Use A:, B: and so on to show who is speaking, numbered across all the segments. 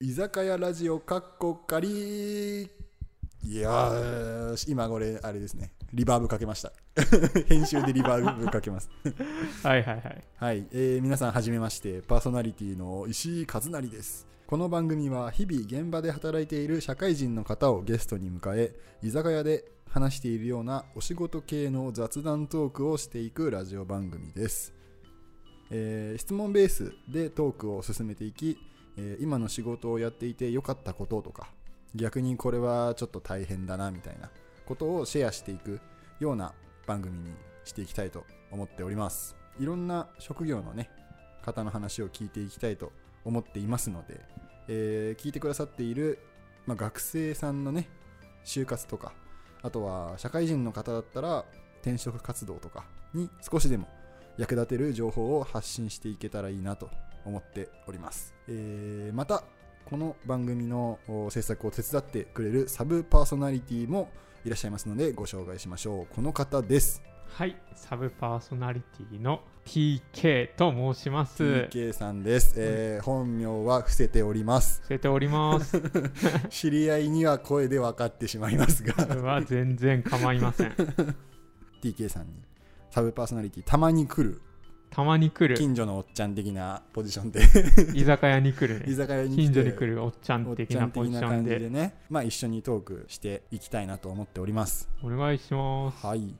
A: 居酒屋ラジオかっこかりいやーし今これあれですねリバーブかけました 編集でリバーブかけます
B: はいはいはい。
A: はい、えー皆さんはじめましてパーソナリティの石井和成ですこの番組は日々現場で働いている社会人の方をゲストに迎え居酒屋で話しているようなお仕事系の雑談トークをしていくラジオ番組です、えー質問ベースでトークを進めていき、えー今の仕事をやっていて良かったこととか逆にこれはちょっと大変だなみたいなことをシェアしていくような番組にしていきたいと思っておりますいろんな職業のね方の話を聞いていきたいと思っていますので、えー聞いてくださっている、まあ、学生さんのね就活とかあとは社会人の方だったら転職活動とかに少しでも役立てる情報を発信していけたらいいなと思っております、えーまたこの番組のお制作を手伝ってくれるサブパーソナリティもいらっしゃいますのでご紹介しましょうこの方です
B: はい、サブパーソナリティの TK と申します。伏
A: TK さんです、えー本名は伏せており ます
B: せており ます。
A: 知り合いには声で分かってしまいます
B: これ
A: が
B: は全然構いません。
A: TK さんにサブパーソナリティたまに来る
B: たまに来る、
A: 近所のおっちゃん的なポジションで
B: 居酒屋に来る
A: 居
B: ね。
A: 酒屋に来て
B: 近所に来るおっちゃ
A: お
B: ん
A: っ
B: 的
A: ちゃ
B: なんポ
A: 的
B: ジシ
A: な
B: ョン
A: 感じ
B: で
A: でねまあ一緒にトークしていきたいなと思っております
B: お願いします。
A: はい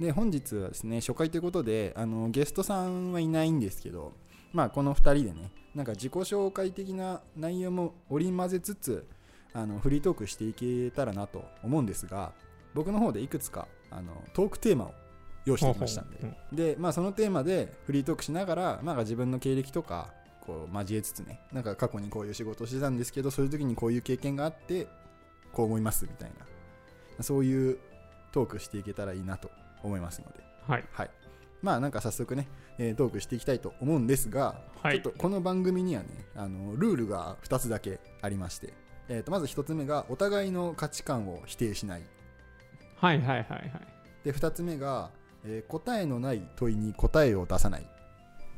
A: で本日はですね初回ということであのゲストさんはいないんですけどまあこの2人でねなんか自己紹介的な内容も織り交ぜつつあのフリートークしていけたらなと思うんですが僕の方でいくつかあのトークテーマを用意してきましたんで
B: ほうほ
A: で、まあ、そのテーマでフリートークしながら、まあ、自分の経歴とかこう交えつつねなんか過去にこういう仕事をしてたんですけどそういう時にこういう経験があってこう思いますみたいなそういうトークしていけたらいいなと思いますので、
B: うんはい。
A: はい、まあなんか早速ね、えートークしていきたいと思うんですが、
B: はい
A: ちょっとこの番組にはねあのルールが2つだけありまして、えーとまず1つ目がお互いの価値観を否定しない
B: はいはいはいはい。
A: で2つ目が、えー答えのない問いに答えを出さない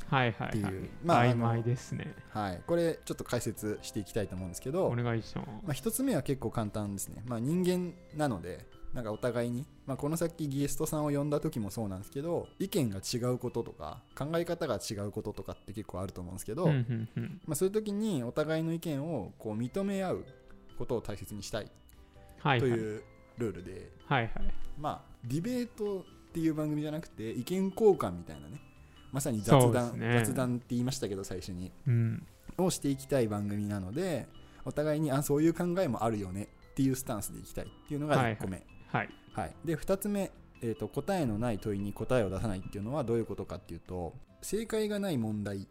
B: はいはい
A: っ
B: は
A: ていう
B: い。
A: まああの
B: 曖昧ですね。
A: はい、これちょっと解説していきたいと思うんですけど、
B: お願いします。
A: まあ、1つ目は結構簡単ですね、まあ、人間なのでなんかお互いに、まあ、この先ゲストさんを呼んだ時もそうなんですけど意見が違うこととか考え方が違うこととかって結構あると思うんですけど、
B: うんうんうん。
A: まあ、そういう時にお互いの意見をこう認め合うことを大切にしたい
B: はい
A: と
B: はい。
A: いうルールで、
B: はいはい。
A: まあディベートっていう番組じゃなくて意見交換みたいなねまさに雑
B: そうで
A: 談、
B: すね
A: 雑談って言いましたけど最初に
B: うん。
A: をしていきたい番組なのでお互いにあそういう考えもあるよねっていうスタンスでいきたいっていうのが
B: はいはい
A: 1個目、はい
B: はい。
A: で2つ目、えーと答えのない問いに答えを出さないっていうのはどういうことかっていうと正解がない問題っ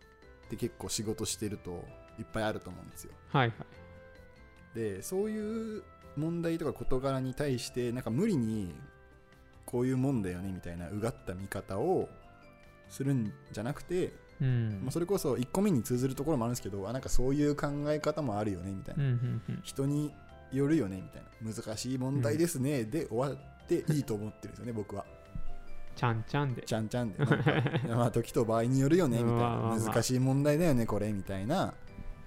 A: て結構仕事してるといっぱいあると思うんですよ
B: はいはい。
A: でそういう問題とか事柄に対してなんか無理にこういうもんだよねみたいなうがった見方をするんじゃなくて、
B: うん
A: まあ、。それこそ1個目に通ずるところもあるんですけどあなんかそういう考え方もあるよねみたいな
B: うんうんうん。
A: 人によるよねみたいな難しい問題ですね、で終わっていいと思ってるんですよね僕は
B: ちゃんちゃんで。
A: ちゃんちゃん でなんかまあ時と場合によるよねみたい
B: まあまあ
A: な
B: まあ
A: 難しい問題だよねこれみたいな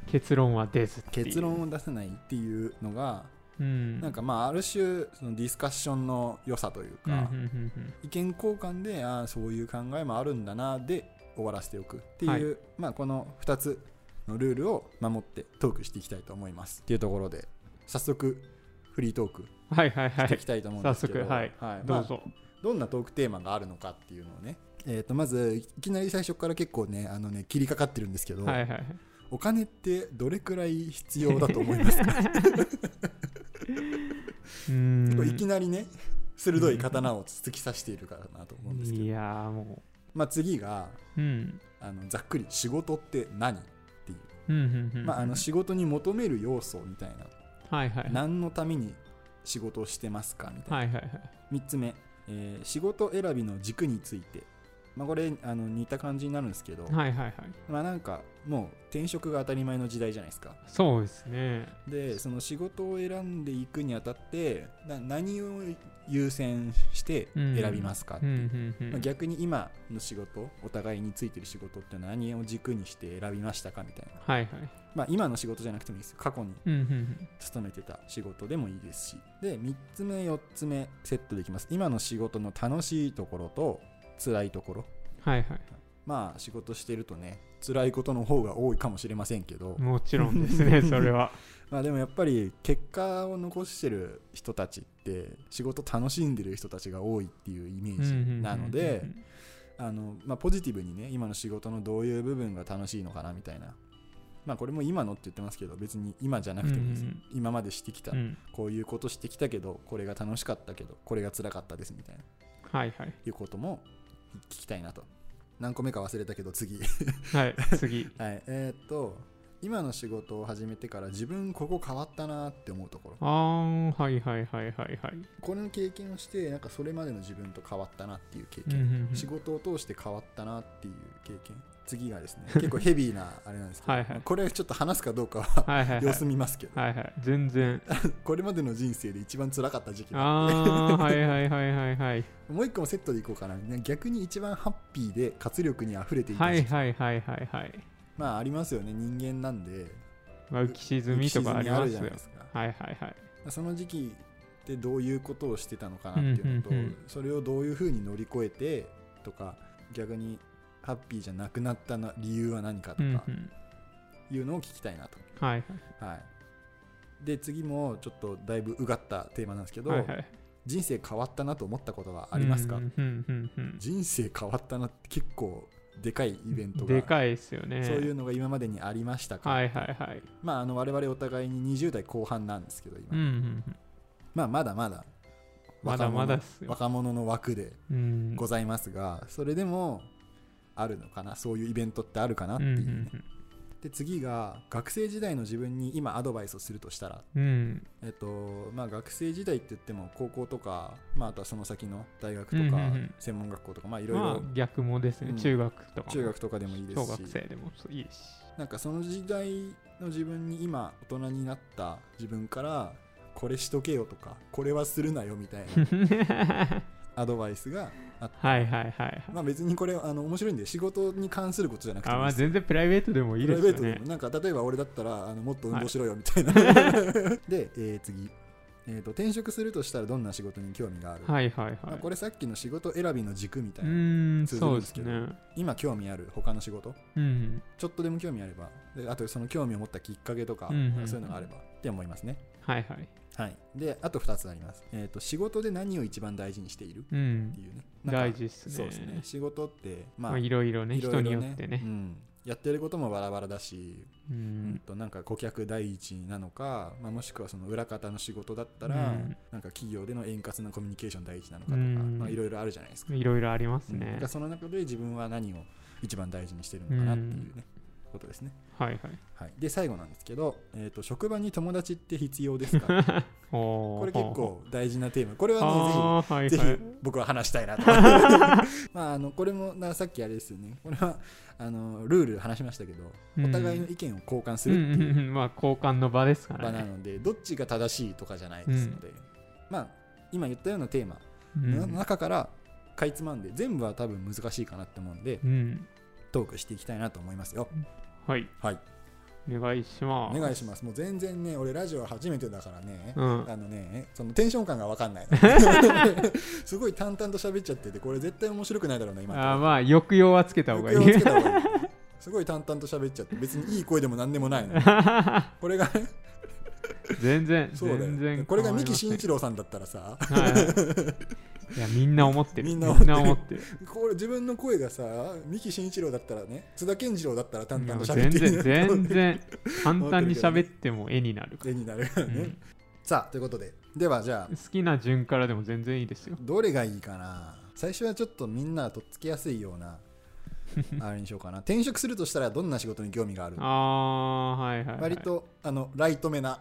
B: 結論は出ずっていう
A: 結論を出さないっていうのが
B: うん
A: なんかまあある種そのディスカッションの良さという
B: うんうん
A: か
B: うん
A: 意見交換でああそういう考えもあるんだなで終わらせておくっていう、
B: はい
A: まあこの2つのルールを守ってトークしていきたいと思いますっていうところで早速フリートーク
B: うんはいはい
A: し
B: は
A: てい
B: い
A: きたいと思うんですけど、
B: 早速はい
A: ま
B: ど
A: あ
B: うぞ
A: どんなトークテーマがあるのかっていうのをね、えー、とまずいきなり最初から結構ねあのね切りかかってるんですけど、
B: はいはいはい
A: お金ってどれくらい必要だと思いますか
B: うーん
A: いきなりね鋭い刀を突き刺しているからなと思うんですけど、
B: いやーも
A: まあ、次が
B: ううん
A: あのざっくり仕事って何、
B: うんうんうん
A: まあ、あの仕事に求める要素みたいな、
B: はいはいはい
A: 何のために仕事をしてますかみたいな、
B: はいはいはい
A: 3つ目、えー仕事選びの軸についてまあ、これあの似た感じになるんですけど、
B: はいはいはい
A: まあ、なんかもう転職が当たり前の時代じゃないですか
B: そうですね
A: でその仕事を選んでいくにあたってな何を優先して
B: うん
A: 選びますかって
B: う
A: いうん
B: うんう
A: まあ
B: ん
A: 逆に今の仕事お互いについてる仕事って何を軸にして選びましたかみたいな、
B: はいはい
A: まあ、今の仕事じゃなくてもいいですよ過去に
B: うんうん
A: 勤めてた仕事でもいいですしで3つ目4つ目セットできます今の仕事の楽しいところと辛いところ
B: うんはいは
A: まあ仕事してるとね辛いことの方が多いかもしれませんけど
B: い、もちろんですねそ れは
A: まあ、でもやっぱり結果を残してる人たちって仕事楽しんでる人たちが多いっていうイメ
B: うんうんう
A: ー
B: んう
A: ジ
B: ん
A: なのであの、まあ、ポジティブにね今の仕事のどういう部分が楽しいのかなみたいな。まあこれも今のって言ってますけど別に今じゃなくてもいいです、
B: うんうん
A: 今までしてきた
B: うん
A: こういうことしてきたけど、これが楽しかったけど、これが辛かったですみたいな、
B: はいはい
A: いうことも聞きたいなと。何個目か忘れたけど、次。
B: はい次
A: はい、えーっと、今の仕事を始めてから自分ここ変わったなって思うところ。
B: あーはいはいはいはいはい
A: これの経験をして、なんかそれまでの自分と変わったなっていう経
B: うんう
A: 験。
B: んうん
A: 仕事を通して変わったなっていう経験。次がですね、結構ヘビーなあれなんですけど、
B: はいはい
A: これちょっと話すかどうかは
B: はいはいはい
A: 様子見ますけど、
B: はいはい全然
A: これまでの人生で一番辛かった時期が
B: あーはいはいはいはいはい
A: もう一個もセットでいこうかな逆に一番ハッピーで活力にあふれていた
B: は
A: 時
B: い
A: 期
B: はいはいはいはい
A: まあありますよね人間なんで
B: まあ浮き沈みとかありま
A: 浮き沈み
B: すよ
A: るじゃないですか
B: はいはいはい
A: その時期ってどういうことをしてたのかなっていうのと、
B: うんうんうん
A: それをどういうふうに乗り越えてとか逆にハッピーじゃなくなったな理由は何かと
B: う
A: か
B: んうん
A: いうのを聞きたいなと、
B: はい
A: はい、で次もちょっとだいぶうがったテーマなんですけど、
B: はいはい
A: 人生変わったなと思ったことはありますか、
B: うんうんうんうん
A: 人生変わったなって結構でかいイベントが
B: でかいですよね
A: そういうのが今までにありましたか、
B: はいはいはい
A: まあ、あの我々お互いに20代後半なんですけど今、
B: うんうんうん
A: まあ、まだまだ
B: まだまだっすよ
A: 若者の枠で
B: うん
A: ございますが、それでもあるのかなそういうイベントってあるかなって
B: う
A: い
B: ん
A: うね、で次が学生時代の自分に今アドバイスをするとしたら、
B: うんうん
A: えっとまあ、学生時代って言っても高校とか、まあ、あとはその先の大学と
B: うんうんう
A: か
B: ん
A: 専門学校とか、まあ、いろい
B: ま
A: ろ
B: あ逆もですね
A: うん
B: 中学とかも
A: 中学とかでもいいで
B: 小
A: すし
B: 学生でもいいし
A: なんかその時代の自分に今大人になった自分からこれしとけよとかこれはするなよみたいなアドバイスがあって、
B: はいはいはいはい
A: まあ、別にこれあの面白いんで仕事に関することじゃなくて
B: あ
A: もい
B: まあ
A: いです
B: 全然プライベートでもいい
A: プ
B: で
A: ライ
B: す
A: ベ
B: よ
A: ートでも
B: ね
A: なんか例えば俺だったらあのもっと運動しろよみたいな、で、えー次、えーと転職するとしたらどんな仕事に興味がある、
B: はいはいはい
A: まあこれさっきの仕事選びの軸みた
B: う
A: いな
B: ーん
A: 通ずる
B: そ
A: ん
B: う
A: で
B: ですす
A: けど
B: ね
A: 今興味ある他の仕事
B: うん
A: ちょっとでも興味あればであとその興味を持ったきっかけとか、
B: うんうんうん
A: そういうのがあればって思いますね
B: はいはい
A: はいであと2つあります、えー、と仕事で何を一番大事にしているっ
B: う
A: て
B: ん
A: いうねなんか
B: 大事っすね
A: そうですね仕事ってまあ、
B: まあいろいろね
A: いろ
B: 人
A: いろ
B: によってね
A: うん、やってることもバラバラだし、
B: う
A: うん
B: ん
A: となんか顧客第一なのか、まあ、もしくはその裏方の仕事だったら、
B: うん
A: なんか企業での円滑なコミュニケーション第一なのかとか、
B: うん
A: まあ、いろいろあるじゃないですか,、
B: いろいろあります
A: うん、な
B: ね
A: んかその中で自分は何を一番大事にしてるのかなっていうね、ことですね
B: はいはい
A: はい、で最後なんですけど、えー、と職場に友達って必要ですか
B: おー
A: これ結構大事なテーマこれは
B: あーは
A: ね
B: いは
A: ぜ
B: い
A: ひぜひ僕は話した いなとまああのこれもなさっきあれですよねこれはあのルール話しましたけどお互いの意見を交換するっていう
B: うんうんうんまあ交換の場ですか
A: 場
B: ら
A: な
B: ね
A: のでどっちが正しいとかじゃないですので、まあ今言ったようなテーマ
B: う
A: の
B: ん
A: 中からかいつまんで全部は多分難しいかなって思うんで
B: うん
A: トークしていきたいなと思いますよ
B: はい
A: はい
B: お願いしま
A: お
B: す
A: 願いしますもう全然ね俺ラジオ初めてだからね、
B: うん
A: あのね、そのテンション感が分かんない。 すごい淡々と喋っちゃってて、これ絶対面白くないだろうな、今。
B: あーまあ抑揚はつけた方がいい
A: 抑揚つけた方がいいすごい淡々と喋っちゃって、別にいい声でも何でもない の。これがね、
B: 全然
A: そうだ
B: 全
A: よ。
B: 然
A: これが三木
B: 構い
A: 真
B: ません
A: 一郎さんだったらさ、
B: はいはいいやみんな思ってる
A: み
B: み
A: ん
B: ん
A: な
B: な
A: 思ってる
B: 思ってる
A: これ自分の声がさ、三木真一郎だったらね、津田健次郎だったら淡
B: いや
A: 々と喋
B: 全
A: ってる
B: 然 全然簡単に喋っても絵になるか
A: 絵になるから
B: ら、
A: ね。さあ、ということで、ではじゃ
B: う
A: あ
B: ん、好きな順からでも全然いいですよ
A: どれがいいかな最初はちょっとみんなとっつきやすいよう な、あれにしようかな。転職するとしたらどんな仕事に興味がある
B: あーはいはい、はい、
A: 割とあのライトめな、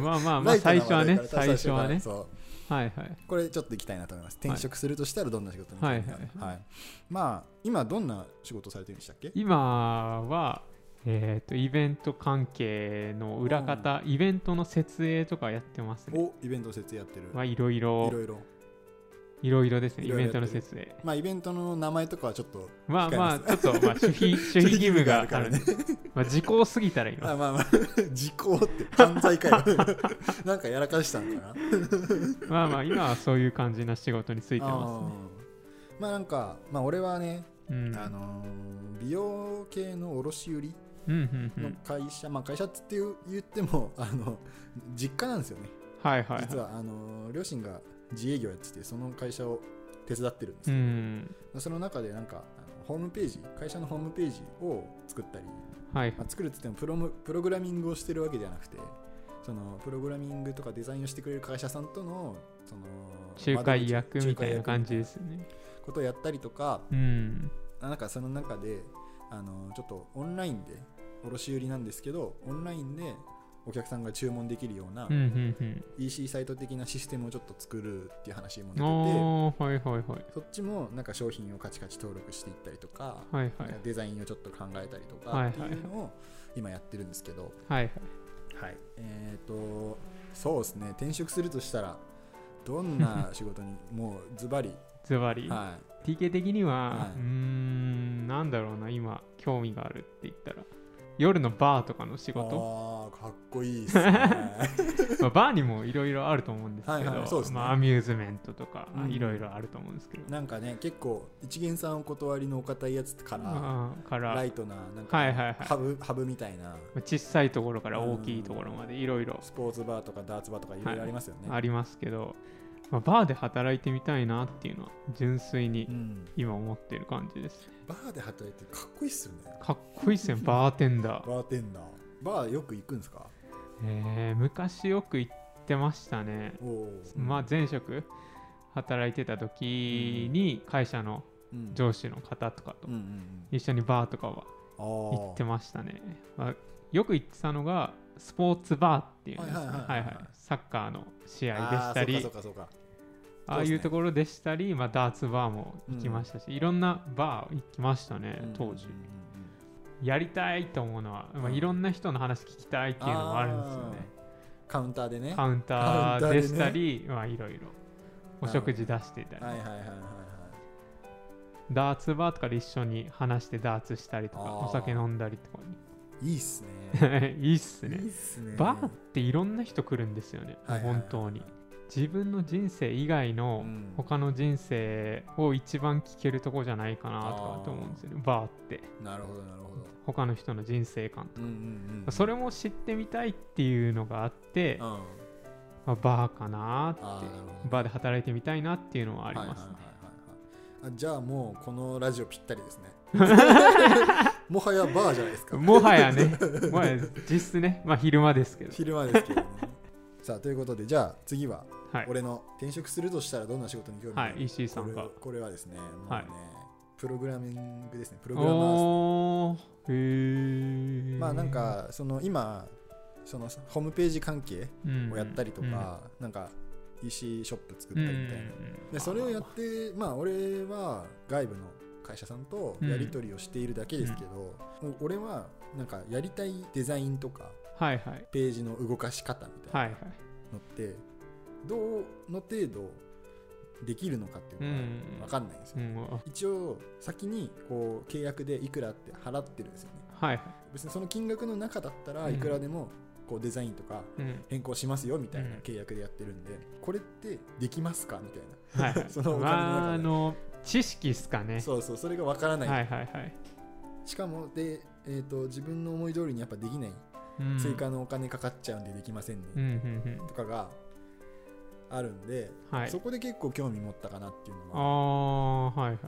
B: まあまあま
A: ラ
B: あ
A: イトな
B: 最初は
A: 話題
B: ね
A: から
B: 最初はね
A: そう
B: はいはい。
A: これちょっと行きたいなと思います転職するとしたらどんな仕事に興味がある
B: はい
A: はいまあ今どんな仕事されてるんでしたっけ
B: 今は、えっ、と、イベント関係の裏方、イベントの設営とかやってますね。
A: おイベント設営やってる
B: まあ、いろい
A: い
B: ろ、
A: ろいろ
B: いろいろですね、
A: い
B: イ
A: ろいろ
B: ベ
A: や
B: ン
A: って
B: ト
A: る
B: の設営。
A: まあイベントの名前とかはちょっと
B: まあ
A: 控え
B: ま
A: ま
B: あ、
A: す
B: ちょっと、まあ、守秘、守秘義務があ
A: 守秘義務がある
B: るんで。まあ、時効すぎたら今
A: あ。まあま あ時効って犯罪かよ なんかやらかしたんかな
B: まあまあ、今はそういう感じの仕事についてますね。
A: あーまあなんかまあ俺はね、
B: うん。
A: あのー美容系の卸売り
B: うんうんう
A: の
B: ん。
A: 会社、まあ会社っつって言う言ってもあの実家なんですよね
B: はいはいはい。
A: 実はあの両親が自営業やっててその会社を手伝ってるんです
B: う
A: よ、
B: ん。
A: その中でなんかあのホームページ会社のホームページを作ったり、
B: はいはい
A: まあ、作るって言ってもプロムプログラミングをしてるわけではなくてそのプログラミングとかデザインをしてくれる会社さんとのその
B: 仲介役みたいな感じですすよね。
A: ことをやったりとか
B: うん。
A: あなんかその中であのちょっとオンラインで卸売りなんですけどオンラインでお客さんが注文できるような
B: うんうん
A: EC サイト的なシステムをちょっと作るっていう話も
B: うん。
A: 出てて
B: おー、はいはいはい。
A: そっちもなんか商品をカチカチ登録していったりとか、
B: は
A: な
B: いは
A: んか
B: い。
A: デザインをちょっと考えたりと
B: はい
A: か
B: は
A: って
B: い
A: いうのを今やってるんですけど、
B: はいはい。
A: はいえー、とそうですね転職するとしたらどん な仕事にもうズバリ、
B: ズバリ。
A: は
B: TK 的には
A: は、
B: う
A: い
B: ーん、なんだろうな、今、興味があるって言ったら。夜のバーとかの仕
A: い、あ
B: 事、
A: ーかっこいいですね
B: まあ、バーにもいろいろあると思うんです
A: は
B: け
A: い
B: ど、
A: はいそうですね
B: まあ、アミューズメントとか
A: うん
B: いろいろあると思うんですけど、
A: なんかね結構一元さんお断りのお堅いやつから
B: あーから
A: ライトななんか、
B: はいはいはい
A: ハブハブみたいな
B: 小さいところから大きいところまでいろいろ
A: スポーツバーとかダーツバーとかいろいろありますよね、
B: ありますけど、まあ、バーで働いてみたいなっていうのは純粋に
A: うん、
B: 今思ってる感じです
A: バーで働いてかっこいいっすよね
B: かっこいいっすねバーテンダー、
A: バーテンダーバーよく行くんですか
B: えー昔よく行ってましたね、
A: おお
B: まあ前職働いてた時に会社の
A: うん
B: 上司の方とかと
A: うんうんうん
B: 一緒にバーとかは
A: あ
B: 行って
A: も
B: ましたね、まあ、よく行ってたのがスポーツバーっていうのですね
A: はいはい
B: は
A: はいい
B: は
A: はい
B: いサッカーの試合でしたり
A: そうかそうか
B: ああいうところでしたり、まあ、ダーツバーも行きましたし、いろんなバー行きましたね、
A: そうか
B: 当時
A: うんうんうんうん
B: やりたいと思うのは、まあ、
A: うん
B: いろんな人の話聞きたいっていうのもあるんですよね
A: カウンターでね
B: カ
A: は
B: ウンターでしたり、まあいろいろお食事出していた
A: い
B: り、
A: はいはいはいはい
B: ダーツバーとかで一緒に話してダーツしたりとか
A: あー
B: お酒飲んだりとか
A: いいっすね
B: にいいっす
A: い
B: ね
A: いっすね
B: バーっていろんな人来るんですよね、
A: はいはいはい
B: 本当に自分の人生以外の、
A: うん
B: 他の人生を一番聞けるとこじゃないかなとかって思うんですよねバーって
A: なるほどなるほど
B: 他の人の人生観
A: うんうんうん
B: それも知ってみたいっていうのがあって
A: う、んあ
B: まあ、バーかなって
A: あなるほど
B: バーで働いてみたいなっていうのはありま
A: はい
B: すね、
A: はいはいはいあじゃあもうこのラジオぴったり ですねもはやバーじゃないですか
B: もは やねもはや実質ねまあ昼間ですけど
A: 昼間ですけどねさあということでじゃあ次は
B: はい
A: 俺の転職するとしたらどんな仕事に興味がある
B: はい石井さん
A: こ
B: が
A: れこれはですねもうね、
B: はい
A: プログラミングですねプログラマー
B: おーへえ
A: まあなんかその今そのホームページ関係をやったりとか、
B: うん
A: なんか EC ショップ作っ
B: う
A: た
B: ん
A: りみたいな、
B: うん
A: でそれをやってまあ俺は外部の会社さんとやり取りをしているだけですけど、お俺はなんかやりたいデザインとか
B: はいはい
A: ページの動かし方みたいな
B: はいはい
A: のってどうの程度できるのかっていうの
B: うん
A: が分かんないんですよ、
B: うんあ
A: 一応先にこう契約でいくらって払ってるんですよね
B: はいはい
A: 別にその金額の中だったら
B: うん
A: いくらでもこうデザインとか
B: うん
A: 変更しますよみたいな
B: うん
A: 契約でやってるんでこれってできますかみたい
B: はいは い
A: そのお金の中で
B: まああの知識っすか
A: な
B: ね
A: そうそうそれが分からない、
B: はいはいはい
A: しかもで、えー、と自分の思い通りにやっぱできない
B: うん
A: 追加のお金かかっちゃうんでできません
B: うん
A: ね
B: うん
A: とかがあるんで
B: うんはい
A: そこで結構興味持ったかなっていうのは
B: ああはいはい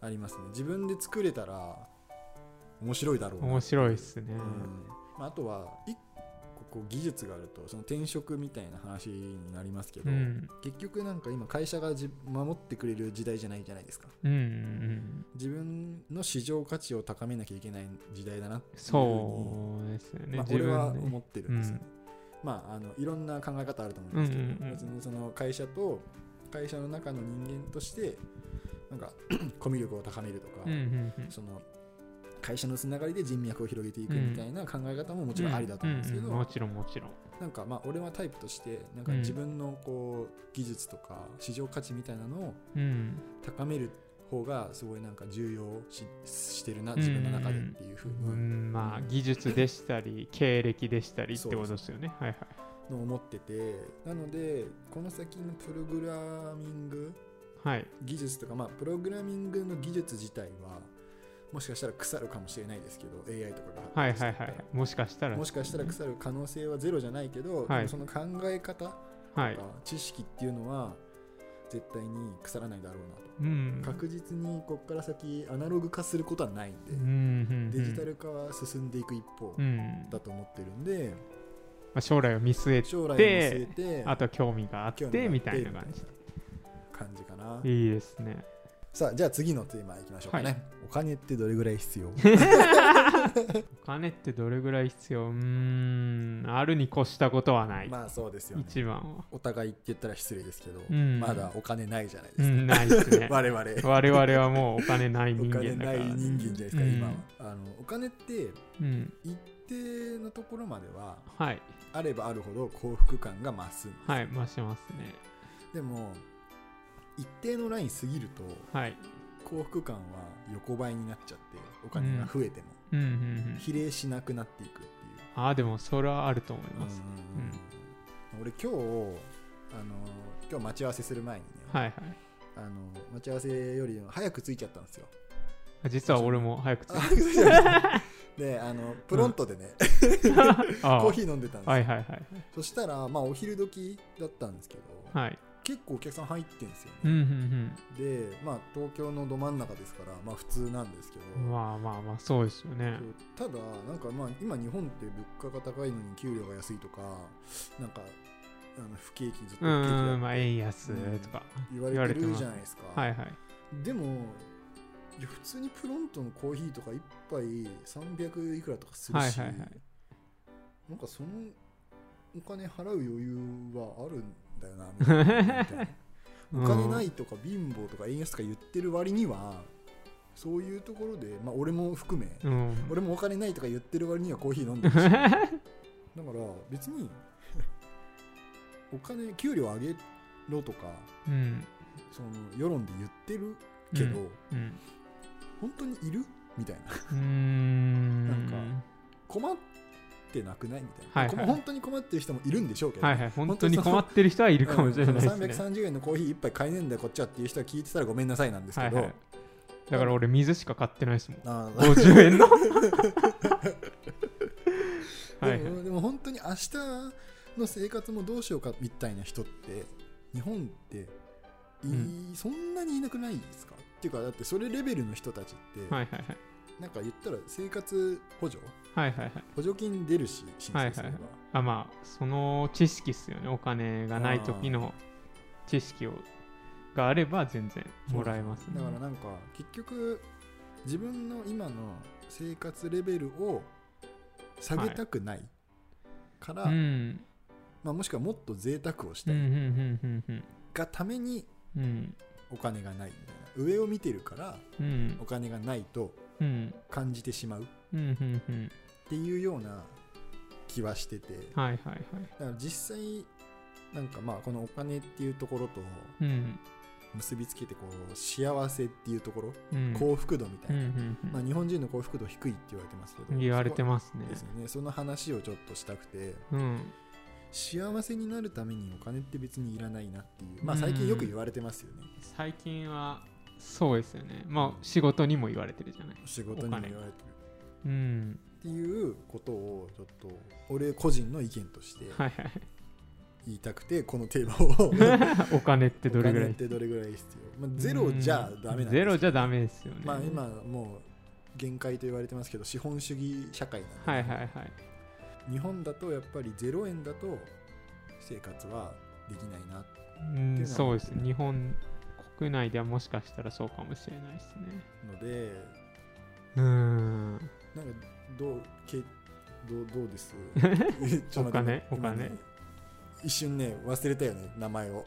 A: ありますね自分で作れたら面白いだろうな
B: 面白いっすね、
A: うんまあ、あとは一個こう技術があるとその転職みたいな話になりますけど、
B: うん
A: 結局なんか今会社がじ守ってくれる時代じゃないじゃないですか
B: うんうんうん、
A: 自分の市場価値を高めなきゃいけない時代だなっていうふうに
B: そうですよね、
A: まあ、
B: 自
A: 俺
B: 分
A: は
B: で
A: 思ってるんですよね、まあ、あのいろんな考え方あると思うんですけど、
B: うんうんうん
A: 別にその会社と会社の中の人間としてなんか コミュ力を高めるとか、
B: うんうんうん
A: その会社のつながりで人脈を広げていくみたいな考え方ももちろんありだと思うんですけど、
B: うもちろんもちろん
A: なんかまあ俺はタイプとしてなんか
B: うん
A: 自分のこう技術とか市場価値みたいなのを
B: うん
A: 高める方がすごいなんか重要ししてるな自分の中でっていうふう
B: う
A: に
B: んまあ技術でしたり経歴でしたりってことですよねはいはい
A: のを思っててなのでこの先のプログラミング
B: はい
A: 技術とかまあプログラミングの技術自体はもしかしたら腐るかもしれないですけど AI とかが
B: はい
A: 発
B: はい
A: 達して
B: は
A: ったら
B: いもしかしたら
A: もしかしたら腐る可能性はゼロじゃないけど、
B: い
A: でもその考え方と
B: は
A: か
B: い
A: 知識っていうのは絶対に腐らないだろうなと。
B: うん
A: 確実にここから先アナログ化することはないんで、
B: うんうんうん
A: デジタル化は進んでいく一方
B: うん
A: だと思ってるんで、
B: まあ将来を見据えて
A: 将来を見据えて
B: あとは興味があっ
A: 興味があって
B: てみたいな感じ
A: 感じかな、
B: いいですね
A: さあじゃあ次のテーマいきましょうかね、
B: は
A: お金ってどれぐらい必 要
B: お金ってどれぐらい必要うーんあるに越したことはない、
A: まあそうですよね
B: 一番は
A: お互いって言ったら失礼ですけど、
B: うん
A: まだお金ないじゃないで
B: う
A: すか、
B: んないですね
A: 我々
B: 我々はもうお金ない
A: お
B: 人間
A: 金
B: だ
A: な
B: から
A: い人間じゃないですか、
B: うん
A: 今はあのお金って
B: うん
A: 一定のところまでは
B: はい
A: あればあるほど幸福感が増す
B: はい増しますね
A: でも一定のライン過ぎると
B: はい
A: 幸福感は横ばいになっちゃってお金が増えても
B: うんうんうん
A: 比例しなくなっていくっていう、
B: ああでもそれはあると思います、
A: 俺今日あの今日待ち合わせする前にね、
B: はいはい
A: あの待ち合わせよりも早く着いちゃったんですよ
B: あ実は俺も早く着い
A: あ着いちゃった であのプロントでね、
B: あ
A: コーヒー飲んでたんですよ、
B: はいはいはい
A: そしたらまあお昼時だったんですけど、
B: はい
A: 結構お客さん入ってんですよ
B: うん
A: ね、
B: うん
A: でまあ東京のど真ん中ですからまあ普通なんですけど、
B: うんまあまあまあそうですよね
A: ただなんかまあ今日本って物価が高いのに給料が安いとかなんかあの不景気ずっと不景気
B: う
A: だ
B: んうん
A: っ
B: まあ円安とか
A: て言われて
B: 言われて
A: る
B: ます
A: じゃないですか、
B: はいはい
A: でもいや普通にプロントのコーヒーとか1杯300いくらとかするし、
B: はいはいはい
A: なんかそのお金払う余裕はあるんだよなみたいなみたいな お金ないとか貧乏とか円安とか言ってる割にはそういうところで、まあ、俺も含め、
B: うん、うん
A: 俺もお金ないとか言ってる割にはコーヒー飲んでるしだ から別に お金給料上げろとか
B: うん
A: その世論で言ってるけど、
B: うん
A: 本当にいるみたいな
B: うーん
A: なん困ってなくないみたいな、
B: はいはい
A: こ本当に困ってる人もいるんでしょうけど、
B: はいはい本当に困ってる人はいるかもしれないですね、
A: うんその330円のコーヒー1杯買えねえんだよこっちはっていう人は聞いてたらごめんなさいなんです
B: は
A: け
B: い
A: ど、
B: はい、だから俺水しか買ってないですも ん
A: あー
B: 50円 のはいはい
A: でもでも本当に明日の生活もどうしようかみたいな人って日本ってい、
B: う
A: そんなにいなくないですかっていうかだってそれレベルの人たちって、
B: はいはいはい
A: なんか言ったら生活補助
B: はいはいはい
A: 補助金出るし申請すれば、
B: はいはあまあその知識っすよねお金がない時の知識をがあれば全然もらえますね
A: だからなんか結局自分の今の生活レベルを下げたくないから、
B: うん
A: まあ、もしくはもっと贅沢をし
B: う
A: た
B: んうん
A: い
B: うんうん
A: がために
B: うん
A: お金がないみたいな上を見てるから
B: うん
A: お金がないと
B: うん
A: 感じてしまうっ
B: うんうんうん
A: ていうような気はしてて
B: はいはいはい
A: だから実際なんかまあこのお金っていうところと
B: うん
A: 結びつけてこう幸せっていうところ、
B: うん
A: 幸福度みた
B: う
A: い
B: ん
A: な、
B: うん
A: まあ、日本人の幸福度低いって言われてますけ
B: う
A: ど
B: ん言われてますね
A: ですよねその話をちょっとしたくて
B: うん
A: 幸せになるためにお金って別にいらないなっていうまあ最近よく言われてますよね、
B: 最近はそうですよねまあ仕事にも言われてるじゃない
A: 仕事にも言われてる
B: うん
A: っていうことをちょっと俺個人の意見として
B: はいはい
A: 言いたくてこのテーマ を
B: お金ってどれぐら
A: お金っ
B: い
A: てどれぐらい必要、まあ、ゼロじゃダメなんですけど
B: ゼロじゃダメですよね
A: まあ今もう限界と言われてますけど資本主義社会なんで、
B: はいはいはい
A: 日本だとやっぱりゼロ円だと生活はできないな
B: うん
A: っていうのは
B: そうです日本国内ではもしかしたらそうかもしれないですね
A: ので
B: うーん
A: なんかどうけどうどうですち
B: お金
A: 今
B: お金
A: 今一瞬ね忘れたよね名前を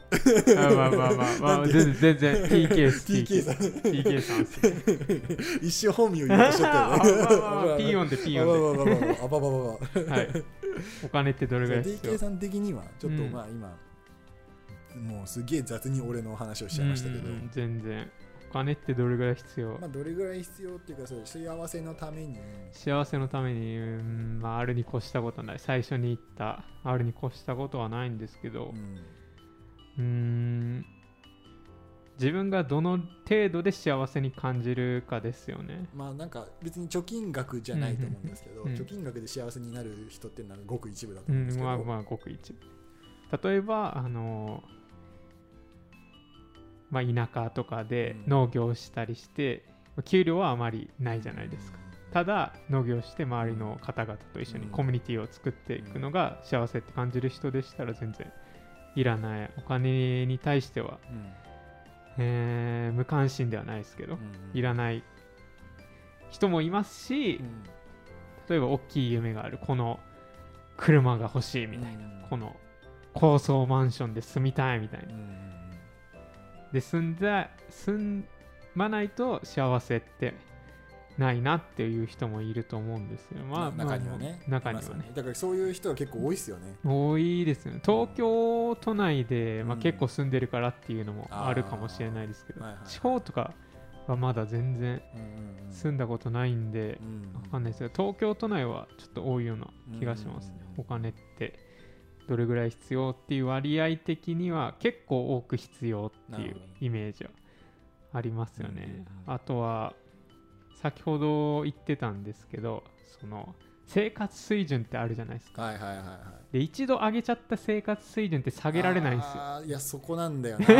B: あまあまあまあ、ま
A: なん
B: あ、
A: て
B: 全然全 然 TK っす
A: TK さん
B: TK さんっす
A: 一瞬本名言おうとしちゃ
B: あ
A: ったよね
B: まあまあまあピーヨンでピー
A: あ
B: ヨ
A: ば
B: ン
A: ばばばばあばばばば
B: で はいお金ってどれぐらい必
A: DK
B: 要
A: さん的にはちょっと
B: うん
A: まあ今、もうすげえ雑に俺の話をしちゃいましたけど、
B: うんうん全然お金ってどれぐらい必要
A: まあ、どれぐらい必要っていうかそう幸せのために
B: 幸せのために、うんまあ、あるに越したことない最初に言ったあるに越したことはないんですけど
A: うん
B: うーん自分がどの程度で幸せに感じるかですよね
A: まあなんか別に貯金額じゃないと思うんですけど、
B: うんうん
A: 貯金額で幸せになる人っていうのはごく一部だと
B: う
A: 思うんで
B: ん
A: すけど、
B: まあまあごく一部例えばあのまあ田舎とかで
A: うん
B: 農業をしたりして、給料はあまりないじゃないですか
A: か
B: ただ農業して周りの方々と一緒に
A: うん
B: コミュニティを作っていくのが幸せって感じる人でしたら全然いらないお金に対しては、
A: うん
B: えー無関心ではないですけど、
A: うん
B: いらない人もいますし、
A: うん
B: 例えば大きい夢があるこの車が欲しいみたいな、
A: うん
B: この高層マンションで住みたいみたいな
A: うん
B: で住んだ住まないと幸せってないなっていう人もいると思うんですよ、まあ、
A: な中にはね、
B: まあ中に
A: います
B: は
A: よ
B: ね
A: だからそういう人は結構多いですよね
B: 多いですよね東京都内で、まあ、
A: うん
B: 結構住んでるからっていうのもあるかもしれないですけど、
A: あーはいはい
B: 地方とかはまだ全然
A: うんうんうん
B: 住んだことないんで、
A: うん
B: わかんないですけど東京都内はちょっと多いような気がしますね、
A: うん
B: お金ってどれぐらい必要っていう割合的には結構多く必要ってい
A: なる
B: う
A: ほど
B: イメージはありますよ
A: うんうん
B: ね、
A: うん
B: あとは先ほど言ってたんですけどその生活水準ってあるじゃないですか
A: はいはいはいはい
B: で一度上げちゃった生活水準って下げられないんですよ
A: あーいやそこなんだよな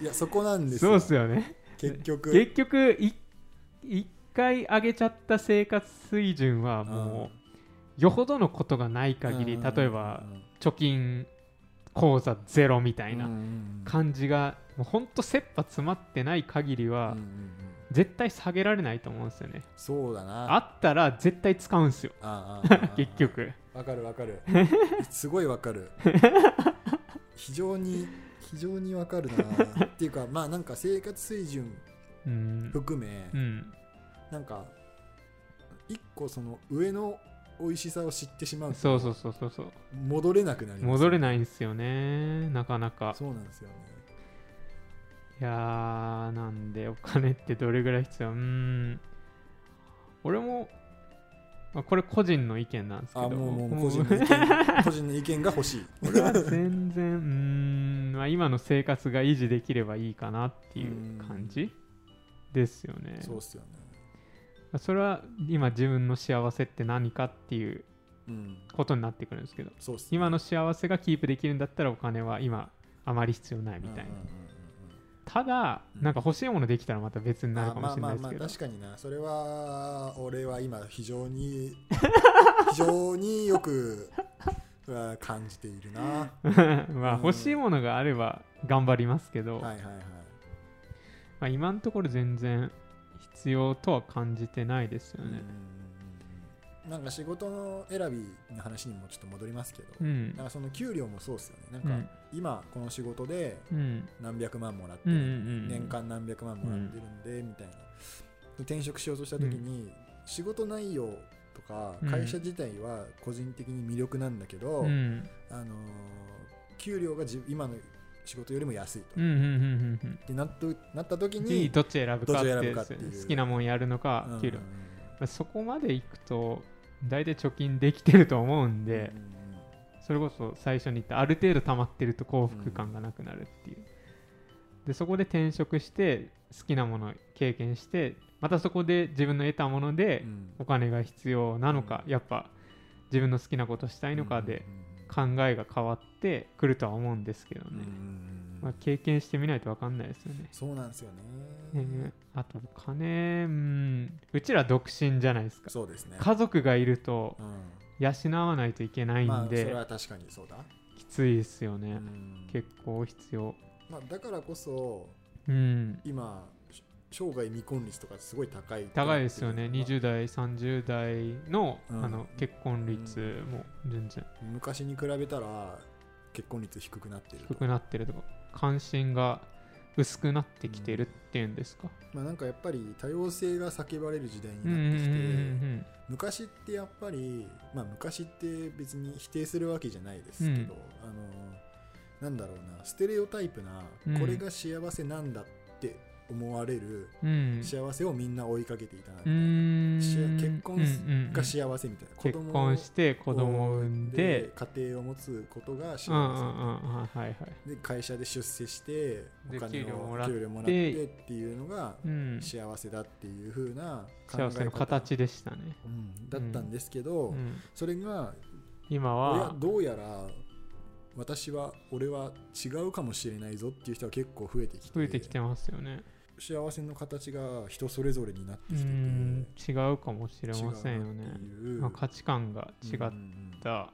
A: いやそこなんです
B: そう
A: よ
B: ですよね
A: 結局
B: 結局い一回上げちゃった生活水準はもうよほどのことがない限り
A: うん
B: 例えば貯金口座ゼロみたい
A: うん
B: な
A: うん
B: 感じがもうほんと切羽詰まってない限り
A: うんう
B: は
A: んうん
B: 絶対下げられないと思うんですよね
A: そうだな
B: あったら絶対使うんですよ
A: ああああ
B: 結局
A: わかるわか るすごいわかる非常に非常にわかるなっていうかまあなんか生活水準
B: うん
A: 含め
B: うん
A: なんか一個その上の美味しさを知ってしまうと
B: そうそうそうそうそう
A: 戻れなくなりますよね
B: 戻れないんですよねなかなか
A: そうなんですよね
B: いやー、なんでお金ってどれぐらい必要うーん。俺も、まあ、これ個人の意見なんですけ
A: あ
B: ど、
A: もうもう
B: も
A: 個
B: う
A: 人の意見個人の意見が欲しい
B: 俺は全然、うーん、まあ、今の生活が維持できればいいかなっていう感じですよね。
A: そうっすよね
B: まあそれは今自分の幸せって何かっていう
A: うん
B: ことになってくるんですけど、
A: そうっすね
B: 今の幸せがキープできるんだったらお金は今あまり必要ないみた
A: う
B: いな。
A: んうんうんうん
B: ただ、
A: うん
B: なんか欲しいものできたらまた別になる
A: あ
B: かも
A: ま
B: し
A: あ
B: れ
A: ま
B: な
A: あ
B: いです
A: まあ
B: けど。
A: 確かになそれは俺は今非常に 非常によくうわ感じているなは
B: まあ
A: うん
B: 欲しいものがあれば頑張りますけど、
A: いはいはい
B: まあ、今のところ全然必要とは感じてないです
A: う
B: よ
A: んうんうん
B: ね。
A: うんなんか仕事の選びの話にもちょっと戻りますけど、
B: うん
A: なん。かその給料もそうですよね
B: う
A: なん
B: ん
A: か今この仕事で
B: うん。
A: 何百万もらって
B: うんうん
A: る、
B: うん。
A: 年間何百万もらってるんで、みたいな転職しようとした時に、仕事内容とか
B: うん
A: 会社自体は個人的に魅力なんだけど、
B: うん。うん
A: あのー給料が自今の仕事よりも安いと、
B: うんうん
A: っ
B: うん
A: てなっとなった時
B: うん。
A: に
B: 次どっち選ぶかって
A: どっち選ぶかって
B: ですよ
A: いう
B: ね好きなもんやるの
A: うんうん
B: か
A: うん
B: 給料、まあ、そこまでいくと大体貯金できてると思うんで
A: うんうんうん
B: それこそ最初に言ったある程度溜まってると幸福感がなくなるっていう、でそこで転職して好きなものを経験してまたそこで自分の得たもので
A: うん
B: お金が必要なのか、
A: う
B: やっぱ自分の好きなことしたいのかで考えが変わってくるとは思うんですけどね、
A: うんうんうん
B: まあ、経験してみないと分かんないですよね、
A: そうなんですよね、
B: ねあとお金うんうちら独身じゃないですか
A: そうですね、
B: 家族がいると
A: う
B: 養わないといけない
A: ん、まあ
B: ん
A: それ
B: で、
A: は確かにそうだ、
B: きついですよね、
A: うん
B: 結構必要
A: まあ、だからこそ
B: うん
A: 今し生涯未婚率とかすごい高いって
B: 高いですよ
A: な
B: ね
A: ってるのが
B: 20代30代の,、
A: うん
B: あの結婚率も全然
A: 昔に比べたら結婚率低くなってると
B: 低くなってるとか関心が薄くなってきてるっていうんですか、
A: まあ、なんかやっぱり多様性が叫ばれる時代
B: うんうん
A: になってきて、
B: うん
A: 昔ってやっぱり、まあ、昔って別に否定するわけじゃないですけど、あのなんだろうなステレオタイプな、
B: うん
A: これが幸せなんだって思われる
B: うんうん
A: 幸せをみんな追いかけていたなみた
B: う
A: いな、
B: ん
A: し結婚す
B: うんうんうん
A: が幸せみたいな
B: 結婚して子供を産んで
A: 家庭を持つことが幸せ
B: うんうんうんうんはいはい
A: で会社で出世して
B: で
A: お金
B: 給料も
A: を
B: らって
A: 給料もらってっていうのが
B: うん
A: 幸せだっていう風な考え方
B: 幸せの形でしたね、
A: うんだったんですけど、
B: うん、
A: それが
B: 今
A: いや
B: は
A: どうやら私は俺は違うかもしれないぞっていう人は結構増えてきて
B: 増えてきてますよね
A: 幸せの形が人それぞれになって
B: う
A: きてて
B: ん違うかもしれ
A: 違
B: ま
A: う
B: せんよね
A: なっていう、
B: まあ、価値観が違っ
A: うん
B: た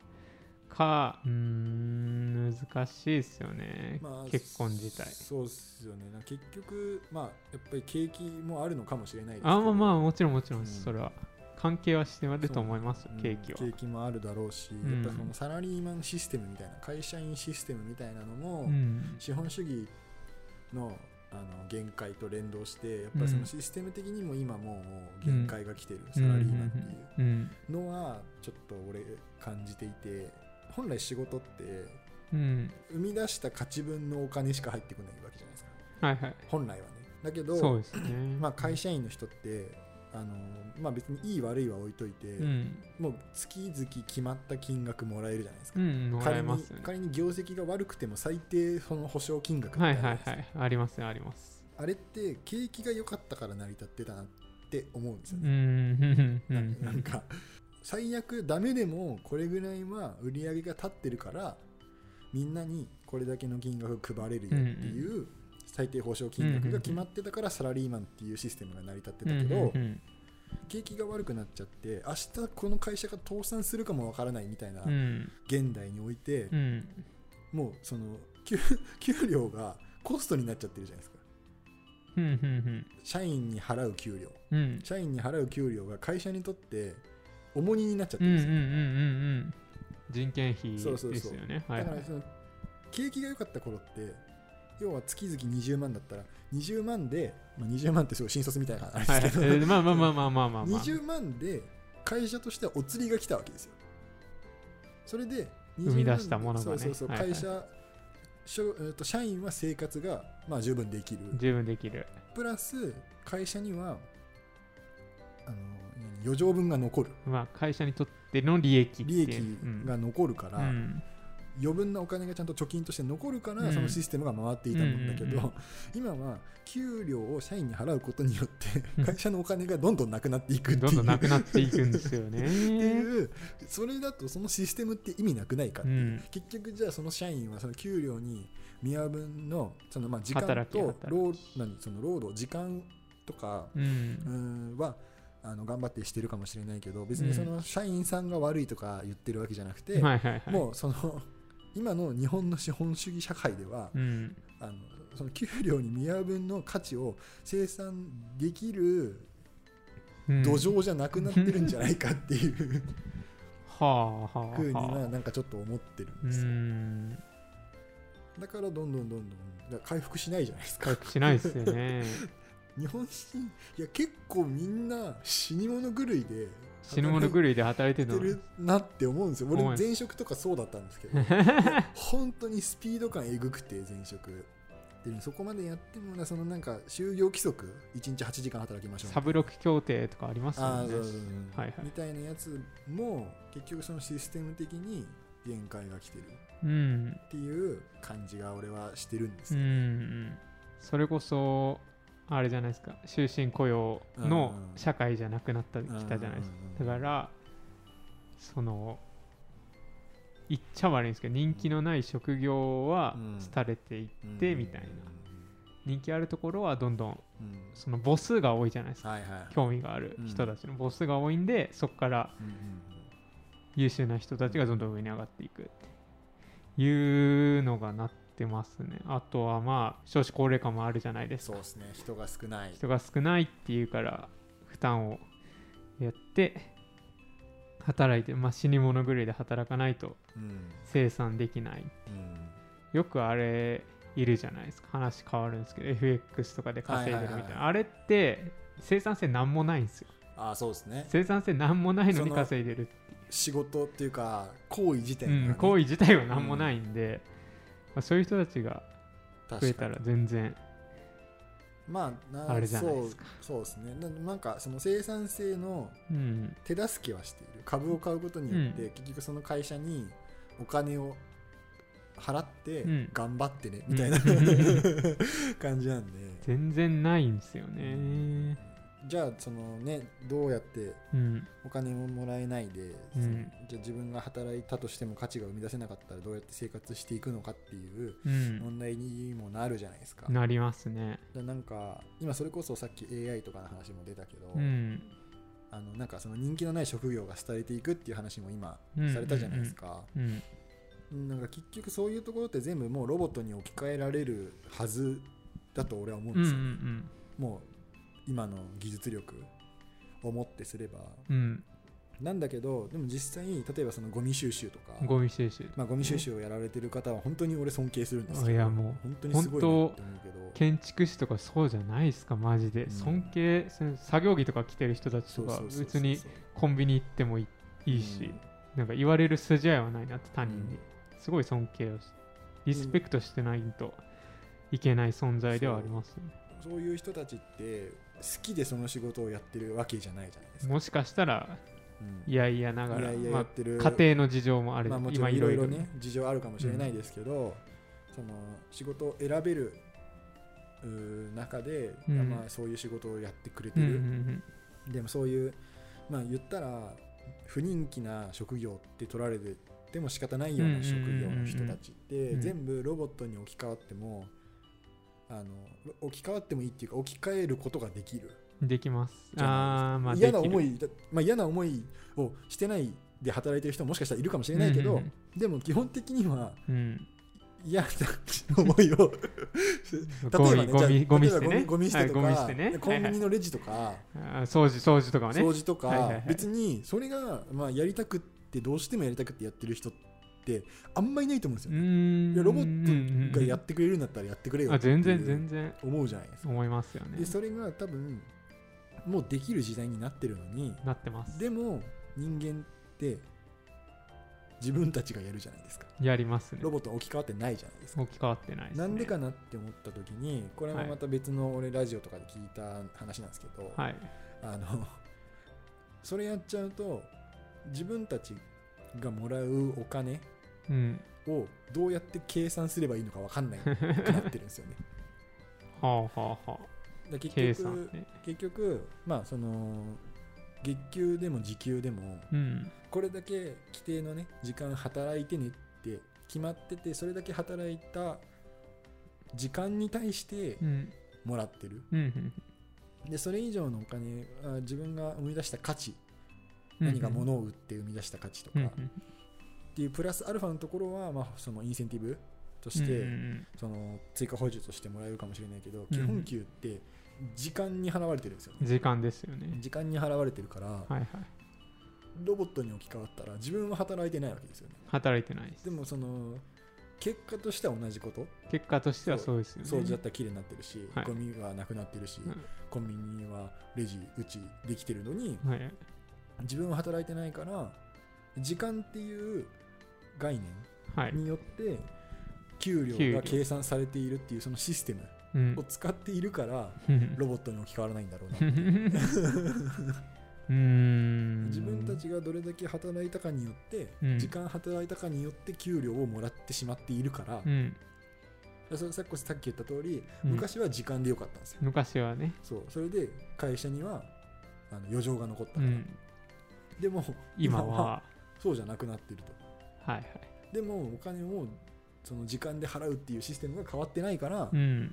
B: かうーん難しいですよね、
A: まあ
B: 結婚自体
A: そうっすよねな結局まあやっぱり景気もあるのかもしれないですけど
B: あまあまあもちろんもちろん、
A: うん
B: それは関係はしてると思います
A: うん
B: ケーキは、
A: 景気もあるだろうし、
B: う
A: や
B: ん
A: っぱそのサラリーマンシステムみたいな会社員システムみたいなのも、
B: うん
A: 資本主義のあの限界と連動してやっぱりそのシステム的にも今もう限界が来てる、サラリーマンっていう
B: うんうん
A: のはちょっと俺感じていて本来仕事って
B: うんうん
A: 生み出した価値分のお金しか入ってこないわけじゃないですか
B: はいはい
A: 本来はねだけど
B: そうですね
A: まあ、会社員の人ってあの、まあ、別にいい悪いは置いといて、
B: うん
A: もう月々決まった金額もらえるじゃないですか、
B: うんもらえ
A: 仮
B: ま
A: に
B: すよね
A: 仮に業績が悪くても最低その保証金額って
B: は
A: あ
B: い
A: るじゃ
B: は
A: ない
B: い
A: ですか
B: はいありますねあります
A: あれって景気が良かったから成り立ってたなって思うんです
B: う
A: よ
B: ん
A: ね、
B: うんう
A: ななん
B: ん
A: か最悪ダメでもこれぐらいは売り上げが立ってるからみんなにこれだけの金額配れるよっていう最低保証金額が決まってたからサラリーマンっていうシステムが成り立ってたけど、
B: うんうん
A: 景気が悪くなっちゃって明日この会社が倒産するかもわからないみたいな
B: うん
A: 現代において
B: う、ん
A: もうその給給料がコストになっちゃってるじゃないですか
B: うんうんうん
A: 社員に払う給料
B: うんうん
A: 社員に払う給料が会社にとって重荷になっちゃって
B: うん
A: る
B: うんんう
A: ですよ、
B: んうん人件費です
A: そ
B: よ
A: うそうそう
B: ねはい
A: だ
B: は
A: から
B: い
A: その景気が良かった頃って要は月々20万だったら20万で、まあ、20万ってすごい新卒みたいなあれ
B: は
A: で
B: い
A: すけど、
B: えーまあまあまあまあまあまあまあ
A: 20万で会社としてはお釣りが来たわけですよそれで20万で
B: 生み出したものがね
A: そうそうそう
B: はいはい
A: 会社しょえーと社員は生活がまあ十分できる
B: 十分できる
A: プラス会社にはあの余剰分が残る
B: まあ会社にとっての利益って
A: 利
B: いう
A: 益が残るから、
B: うんうん
A: 余分なお金がちゃんと貯金として残るから、
B: うん
A: そのシステムが回っていたもんだけど、
B: うんうんうん
A: 今は給料を社員に払うことによって
B: うん
A: 会社のお金がどんどんなくなっていくっていう
B: どんどんなくなっていくんですよね。
A: っていうそれだとそのシステムって意味なくないかっていう、
B: うん
A: 結局じゃあその社員はその給料に見合う分のそのまあ時間
B: 働き
A: と
B: 働き
A: 労何その労働時間とか
B: う
A: うんんはあの頑張ってしてるかもしれないけど別にその社員さんが悪いとか言ってるわけじゃなくて、
B: はいはいはい。
A: もうその今の日本の資本主義社会では、
B: うん
A: あのその給料に見合う分の価値を生産できる
B: うん
A: 土壌じゃなくなってるんじゃないかっていう、
B: はあはあはあ。
A: ふうにはなんかちょっと思ってるん
B: う
A: ですよ、
B: ん
A: だからどんどんどんどんだから回復しないじゃないですか
B: しないです よね。
A: 日本人いや結構みんな死に物狂いで
B: 死ぬ者狂いで働いて
A: 働いて
B: るの
A: る。なって思うんですよ俺
B: 思います
A: 前職とかそうだったんですけどいや 本当にスピード感えぐくて前職でそこまでやってもなそのなんか就業規則1日8時間働きましょう
B: サブロック協定とかあります
A: あ
B: よ
A: あそうそうそう
B: ね。はいはい
A: みたいなやつも結局そのシステム的に限界が来てる
B: うん
A: っていう感じが俺はしてるんです
B: う
A: よ、
B: ん。それこそあれじゃないですか。終身雇用の社会じゃなくなったきたじゃないですか。だからその言っちゃ悪いんですけど人気のない職業は
A: うん
B: 廃れていってみたいな、人気あるところはどんどん
A: うん、うん
B: その母数が多いじゃないですか
A: はいはい
B: 興味がある人たちの母数が多いんでそこから
A: うんうん
B: 優秀な人たちがどんどん上に上がっていくっていうのがなっててますねあとはまあ少子高齢化もあるじゃないです
A: そう
B: か
A: ですね人が少ない
B: 人が少ないっていうから負担をやって働いて、まあ、死に物狂いで働かないと
A: うん
B: 生産できな
A: う
B: い
A: ん
B: よくあれいるじゃないですか話変わるんですけど FX とかで稼いでるみた
A: は
B: いな、
A: いはいは
B: あれって生産性なんもないんですよ
A: ああそうですね
B: 生産性なんもないの
A: そ
B: に
A: の
B: 稼いでる
A: 仕事っていうか行為自体
B: う
A: がね
B: ん、行為自体は何もないんで、まあ、そういう人たちが増え
A: 確か
B: た
A: に
B: ら全然
A: まあな
B: あれじゃない
A: そ
B: で
A: う
B: す
A: そうですねななんかその生産性の
B: うん
A: 手助けはしている株を買うことによって、
B: う
A: 結局その会社にお金を払って
B: うん
A: 頑張ってね、みたいな 感じなんで
B: 全然ないんですよね
A: じゃあそのねどうやって
B: うん
A: お金ももらえないで、
B: うん
A: じゃあ自分が働いたとしても価値が生み出せなかったらどうやって生活していくのかっていう
B: うん
A: 問題にもなるじゃないですか、
B: なりますね
A: でなんか今それこそさっき AI とかの話も出たけど、
B: うん
A: あのなんかその人気のない職業が廃れていくっていう話も今
B: うん
A: されたじゃないですか、
B: うん
A: なんか結局そういうところって全部もうロボットに置き換えられるはずだと俺は思う
B: うんんう
A: です
B: ん
A: よ、もう今の技術力をもってすれば
B: うん
A: なんだけどでも実際に例えばそのゴミ収集とか
B: うんゴミ収集
A: まあ、ゴミ収集をやられてる方は本当に俺尊敬するんです
B: い
A: けど
B: やも
A: 本当にすごいなって思うけど
B: 建築士とかそうじゃないですかマジで、
A: うん
B: 尊敬その作業着とか着てる人たち
A: そ
B: と
A: うそうそ
B: か
A: うそう
B: 別にコンビニ行ってもいいいいし、なんか言われる筋合いはないなって他人に、すごい尊敬をしリスペクトしてないといけない存在ではありますよね、
A: そういう人たちって好きでその仕事をやってるわけじゃないじゃないですか、
B: もしかしたら
A: うん
B: いやいやながら
A: いやいや
B: ま
A: や
B: あ
A: ってる、
B: 家庭の事情もある、
A: まあ、もちろ
B: 今
A: ん
B: い
A: い
B: ろ
A: ろ
B: い
A: い
B: ろ
A: ろ
B: ね
A: ね事情あるかもしれないですけど、その仕事を選べるうー中で、
B: うん
A: まあ、そういう仕事をやってくれて
B: うんうん
A: る、でもそういうまあ言ったら不人気な職業って取られてでも仕方ないような職業の人たちって
B: うん
A: 全部ロボットに置き換わってもあの置き換わってもいいっていうか置き換えることができる
B: うんできます
A: じゃ
B: あ
A: な
B: あまあ
A: 嫌な思
B: い
A: いだまあ、嫌な思いをしてないで働いてる人もしかしたらいるかもしれないけど、
B: うん
A: でも基本的には
B: うんうん
A: 嫌な思いを例えば、ね、
B: ゴミゴミ
A: じゃあ
B: ゴミ捨て
A: 例えばゴミゴミ捨て
B: ね
A: とか、
B: はいゴミ捨てね
A: コンビニのレジとか、
B: あー掃除掃除とかはね
A: 掃除とか、
B: はいはいはい
A: 別にそれが、まあ、やりたくってどうしてもやりたくってやってる人ってあんまりいないと思うんです
B: う
A: よ、ね
B: ーん
A: いやロボットがやってくれるんだったらやってくれよ
B: あ
A: って
B: 全然全然
A: 思うじゃないですか、
B: 思いますよね
A: でそれが多分もうできる時代になってるのに
B: なってます
A: でも人間って自分たちがやるじゃないですか
B: やりますね
A: ロボットは置き換わってないじゃないですか
B: 置き換わってないですね
A: なんでかなって思った時にこれもまた別の俺ラジオとかで聞いた話なんですけど、
B: はい
A: あのそれやっちゃうと自分たちがもらうお金
B: うん
A: をどうやって計算すればいいのか分かんないくなってるんです よね。
B: はあはあはあ
A: だ結
B: 計算
A: 局
B: ね
A: 結局まあその月給でも時給でも
B: うん
A: これだけ規定のね時間働いてねって決まっててそれだけ働いた時間に対して
B: うん
A: もらってる。
B: うんうん
A: でそれ以上のお金あ自分が生み出した価値
B: うん
A: 何が物を売って生み出した価値とか、
B: うん
A: っていうプラスアルファのところは、まあ、そのインセンティブと
B: う
A: し
B: ん
A: て、
B: うん
A: その追加補充としてもらえるかもしれないけど、
B: うん
A: 基本給って時間に払われてるんですよ
B: う
A: ね
B: ん時間ですよね
A: 時間に払われてるから
B: はいはい
A: ロボットに置き換わったら自分は働いてないわけですよね
B: 働いてないです
A: でもその結果としては同じこと
B: 結果としてはそうですよね
A: 掃除だったら綺麗になってるし、
B: はい
A: ゴミはなくなってるし、
B: うん
A: コンビニはレジうちできてるのに
B: はい
A: 自分は働いてないから時間っていう概念
B: はい
A: によって給料
B: 給
A: が
B: 料
A: 計算されているっていうそのシステム
B: うん
A: を使っているからロボットに置き換わらないんだろうな
B: うーん
A: 自分たちがどれだけ働いたかによって
B: うん
A: 時間働いたかによって給料をもらってしまっているから
B: うん
A: それさっきさっき言った通り
B: うん
A: 昔は時間でよかったんですよ
B: 昔はね
A: そうそれで会社にはあの余剰が残った
B: う
A: から
B: ん
A: でも
B: 今は
A: そうじゃなくなっていると
B: はいはい
A: でもお金をその時間で払うっていうシステムが変わってないから
B: うん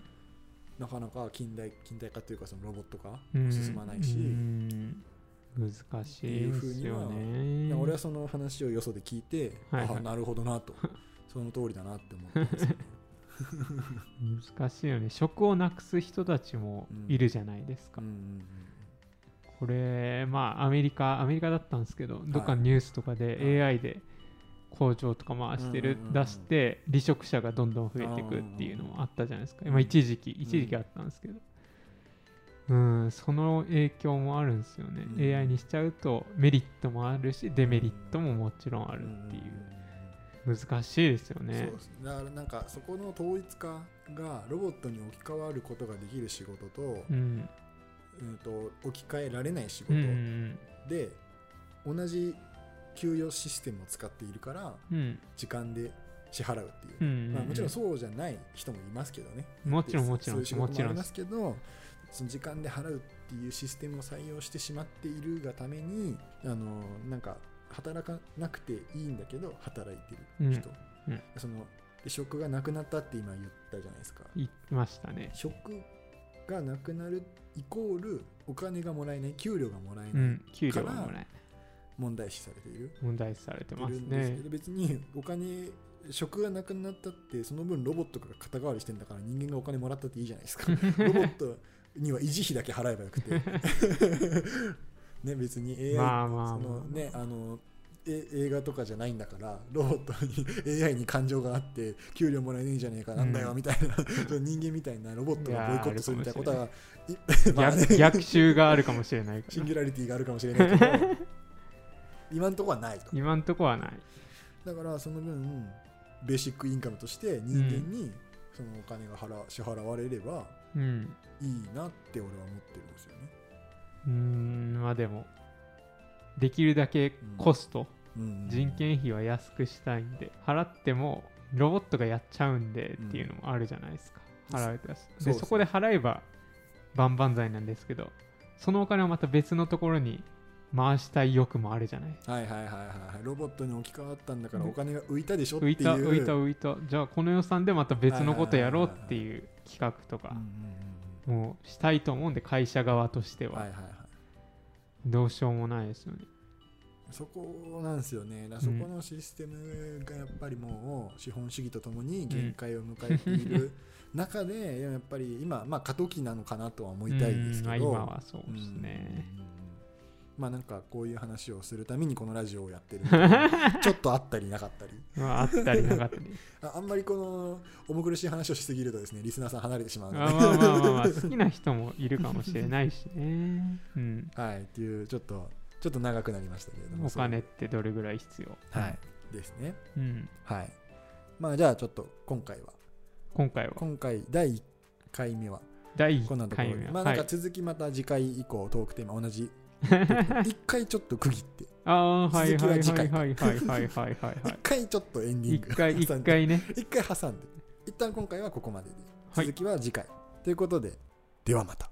A: なかなか近代近代化というかそのロボット化
B: うん
A: も進まないし、
B: うん難しいですよ
A: い
B: ね
A: や俺はその話をよそで聞いて、
B: はいはい
A: ああなるほどなとその通りだなって思ってます、ね、
B: 難しいよね職をなくす人たちもいるじゃないですか、
A: うんうん
B: これまあアメリカアメリカだったんですけどどっかのニュースとかで
A: はい
B: AI で工場とか回して
A: うん
B: る、
A: うんうんうん
B: 出して離職者がどんどん増えていくっていうのもあったじゃないですか、まあ、一時期一時期あったんですけどうんその影響もあるんですよね、
A: うん
B: AI にしちゃうとメリットもあるしデメリットももちろんあ
A: う
B: る
A: ん
B: っていう難しいですよ
A: そう
B: ね
A: ですねだからなんかそこの統一化がロボットに置き換わることができる仕事と,、
B: うん
A: うん、と置き換えられない仕
B: う
A: 事
B: ん
A: で、同じ給与システムを使っているから
B: うんうん
A: 時間で支払うっていう、
B: うんうん
A: まあ、もちろんそうじゃない人もいますけどね
B: もちろん
A: で
B: もちろん
A: そういう仕
B: も
A: 事
B: ち
A: もあ
B: ろ
A: り
B: ん
A: ますけどその時間で払うっていうシステムを採用してしまっているがためにあのなんか働かなくていいんだけど働いてる人、
B: うんうん
A: そので職がなくなったって今言ったじゃないですか
B: 言ってましたね
A: 職がなくなるイコールお金がもらえない給料がもらえ
B: う
A: ない
B: ん給料がもらえ
A: 問題視されている、
B: 問題視されてま
A: いる
B: す
A: んです
B: ね
A: けど別にお金職がなくなったってその分ロボットが肩代わりしてんだから人間がお金もらったっていいじゃないです かロボットには維持費だけ払えばよくて ね別に AI、
B: まあまあまあ
A: そのねあのえ映画とかじゃないんだからロボットに AI に感情があって給料もらえないんじゃねえかなんだよ
B: うん
A: みたいな、その人間みたいなロボットがボイコットするみたいなこと はまあね
B: 逆逆襲があるかもしれないか
A: シ
B: ら
A: ンギュラリティがあるかもしれない けど今のところはないと。
B: 今んとこはない
A: だからその分ベーシックインカムとして人間にそのお金が払支払われれば
B: うん
A: いいなって俺は思ってるんですよね。
B: うーんまあでもできるだけコスト、
A: うん
B: 人件費は安くしたいんで払ってもロボットがやっちゃうんでっていうのもあるじゃないですか、
A: うん
B: 払うと
A: そうで
B: で
A: すね
B: そこで払えば万々歳なんですけどそのお金をまた別のところに回したい欲もあるじゃない
A: はいはいはいはいロボットに置き換わったんだからお金が浮いたでしょって
B: 浮
A: いう
B: いた浮いた浮いたじゃあこの予算でまた別のことやろうっていう企画と
A: うん
B: か
A: うん
B: もうしたいと思うんで会社側として
A: うんはい
B: は
A: はいはい
B: どうしようもないですよね
A: そこなんですよねだからそこのシステムがやっぱりもう資本主義とともに限界を迎えている中でやっぱり今まあ過渡期なのかなとは思いたいですけ
B: うん
A: ど
B: まあ今はそうですね
A: うんまあなんかこういう話をするためにこのラジオをやって るんだけどちょっとあったりなかったり
B: まああったりなかった り
A: ああんまりこの重苦しい話をしすぎるとですねリスナーさん離れてしまう
B: あ
A: の
B: まあ
A: で、
B: まあまあまあ好きな人もいるかもしれないしねうん
A: はいっていうちょっとちょっと長くなりましたけれども
B: お金ってどれぐらい必要
A: はいですね
B: うん
A: はいまあじゃあちょっと今回は
B: 今回は
A: 今回第1回目は
B: 第
A: こんな
B: 1
A: ところ
B: 回
A: で
B: 目
A: ま
B: は
A: あなんか
B: はい
A: 続きまた次回以降トークテーマ同 じ一回ちょっと区切って
B: ああは
A: 続
B: い
A: き
B: は
A: はい次
B: はい
A: 回
B: はいはいはいはいはいは
A: 一回ちょっとエンデ
B: い
A: ィン
B: 一
A: グ
B: 回
A: 挟ん
B: 一
A: で
B: 回 ね
A: 一回挟んで一旦今回はここまでで
B: はい
A: 続きは次回、ということでではまた